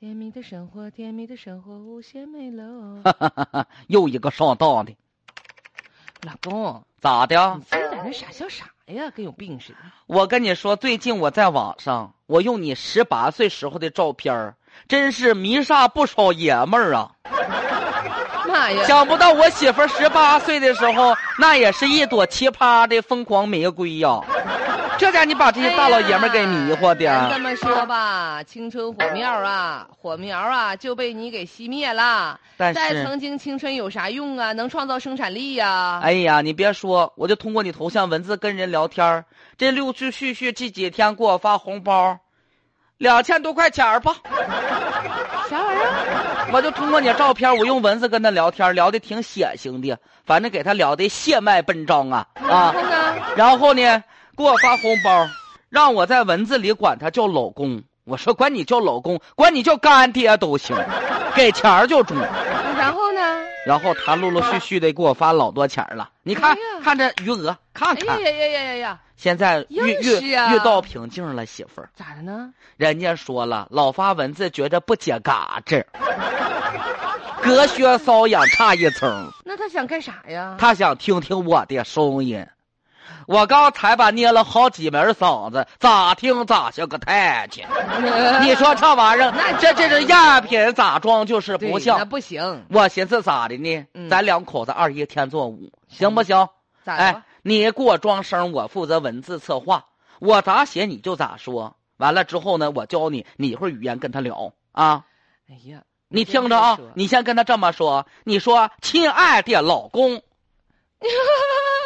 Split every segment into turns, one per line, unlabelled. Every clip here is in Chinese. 蜜的生活，甜蜜的生活无限美喽。
又一个上当的，
老公，
咋的
你？自己在那傻笑啥呀？跟有病似的。
我跟你说，最近我在网上，我用你十八岁时候的照片儿真是迷煞不少爷们儿啊！
妈呀！
想不到我媳妇十八岁的时候，那也是一朵奇葩的疯狂玫瑰呀、 这家你把这些大老爷们儿给迷惑的，
哎呀咱这么说吧，青春火苗啊，火苗啊就被你给熄灭了。
但
再
是。
曾经青春有啥用啊？能创造生产力呀、
哎呀，你别说，我就通过你头像文字跟人聊天儿这陆陆续续这几天给我发红包，两千多块钱儿吧。
啥玩意儿？
我就通过你照片，我用文字跟他聊天，聊的挺血腥的，反正给他聊的血脉奔张啊
然
啊！
后呢？
然后呢，给我发红包，让我在文字里管他叫老公。我说管你叫老公，管你叫干爹都 行，给钱儿就中。
然后呢？
然后他陆陆续续的给我发老多钱儿了，你看、
哎呀
看这余额，看
哎
看、
呀呀呀呀呀！
现在
硬
遇遇
是啊
遇到瓶颈了，媳妇儿。
咋的呢？
人家说了，老发文字觉着不解嘎吱，隔靴搔痒差一层。
那他想干啥呀？
他想听听我的声音。我刚才吧捏了好几门嗓子，咋听咋像个太监。你说这 玩意儿，这这是赝品，咋装就是
对
不
那
像。
不行，
我寻思咋的呢？
嗯
咱两口子二一天作五，行不行？
咋的
哎
吧？，
你给我装声，我负责文字策划，我咋写你就咋说。完了之后呢，我教你，你一会儿语言跟他聊啊。
哎呀，
你听着
真
啊
会说，
你先跟他这么说，你说“亲爱的老公”，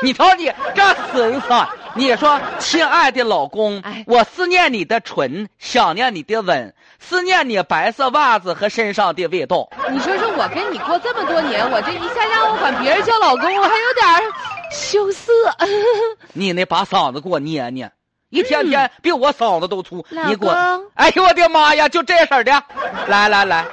你瞅你这损色，你说“亲爱的老公
哎”，
我思念你的唇，想念你的吻，思念你白色袜子和身上的味道。
你说说我跟你过这么多年，我这一下让我管别人叫老公，我还有点儿羞涩。
你那把嗓子给我捏捏，一天天比我嗓子都粗。
嗯老
你给我
公，
哎呦我的妈呀，就这色儿的，来来来，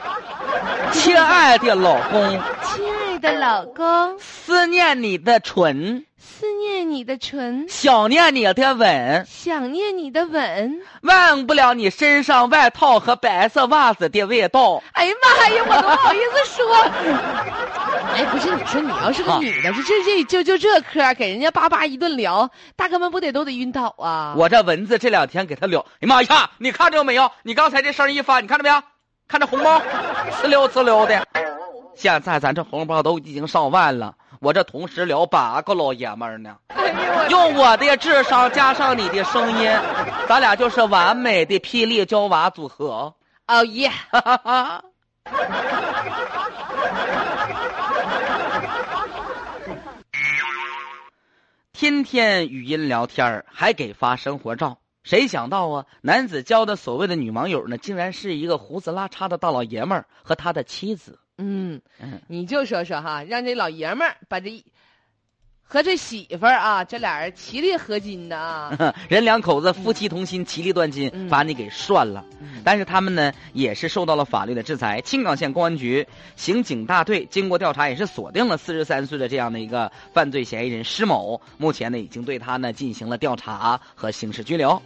亲爱的老公，
亲爱的老公，
思念你的唇，
思念你的唇，
想念你的吻。
想念你的吻。
忘不了你身上外套和白色袜子的味道。
哎呀妈呀，我都不好意思说。哎，不是，你说你要是个女的，这这这就就这嗑，给人家叭叭一顿聊，大哥们不得都得晕倒啊？
我这文字这两天给他聊，哎妈呀，你看着没有？你刚才这声一发，你看着没有？看这红包， 呲溜呲溜的。现在咱这红包都已经上万了，我这同时聊八个老爷们儿呢。
哎呦我，
用我的智商加上你的声音，咱俩就是完美的霹雳娇娃组合。
哦耶！
哈哈哈。 天天语音聊天儿还给发生活照。谁想到啊，男子交的所谓的女网友呢，竟然是一个胡子拉碴的大老爷们儿和他的妻子。
嗯
嗯，
你就说说哈，让这老爷们儿把这一和这媳妇儿啊，这俩人齐力合金的啊。
人两口子夫妻同心，其利断金，
嗯
把你给涮了。但是他们呢，也是受到了法律的制裁。青冈县公安局刑警大队经过调查，也是锁定了四十三岁的这样的一个犯罪嫌疑人施某。目前呢，已经对他呢进行了调查和刑事拘留。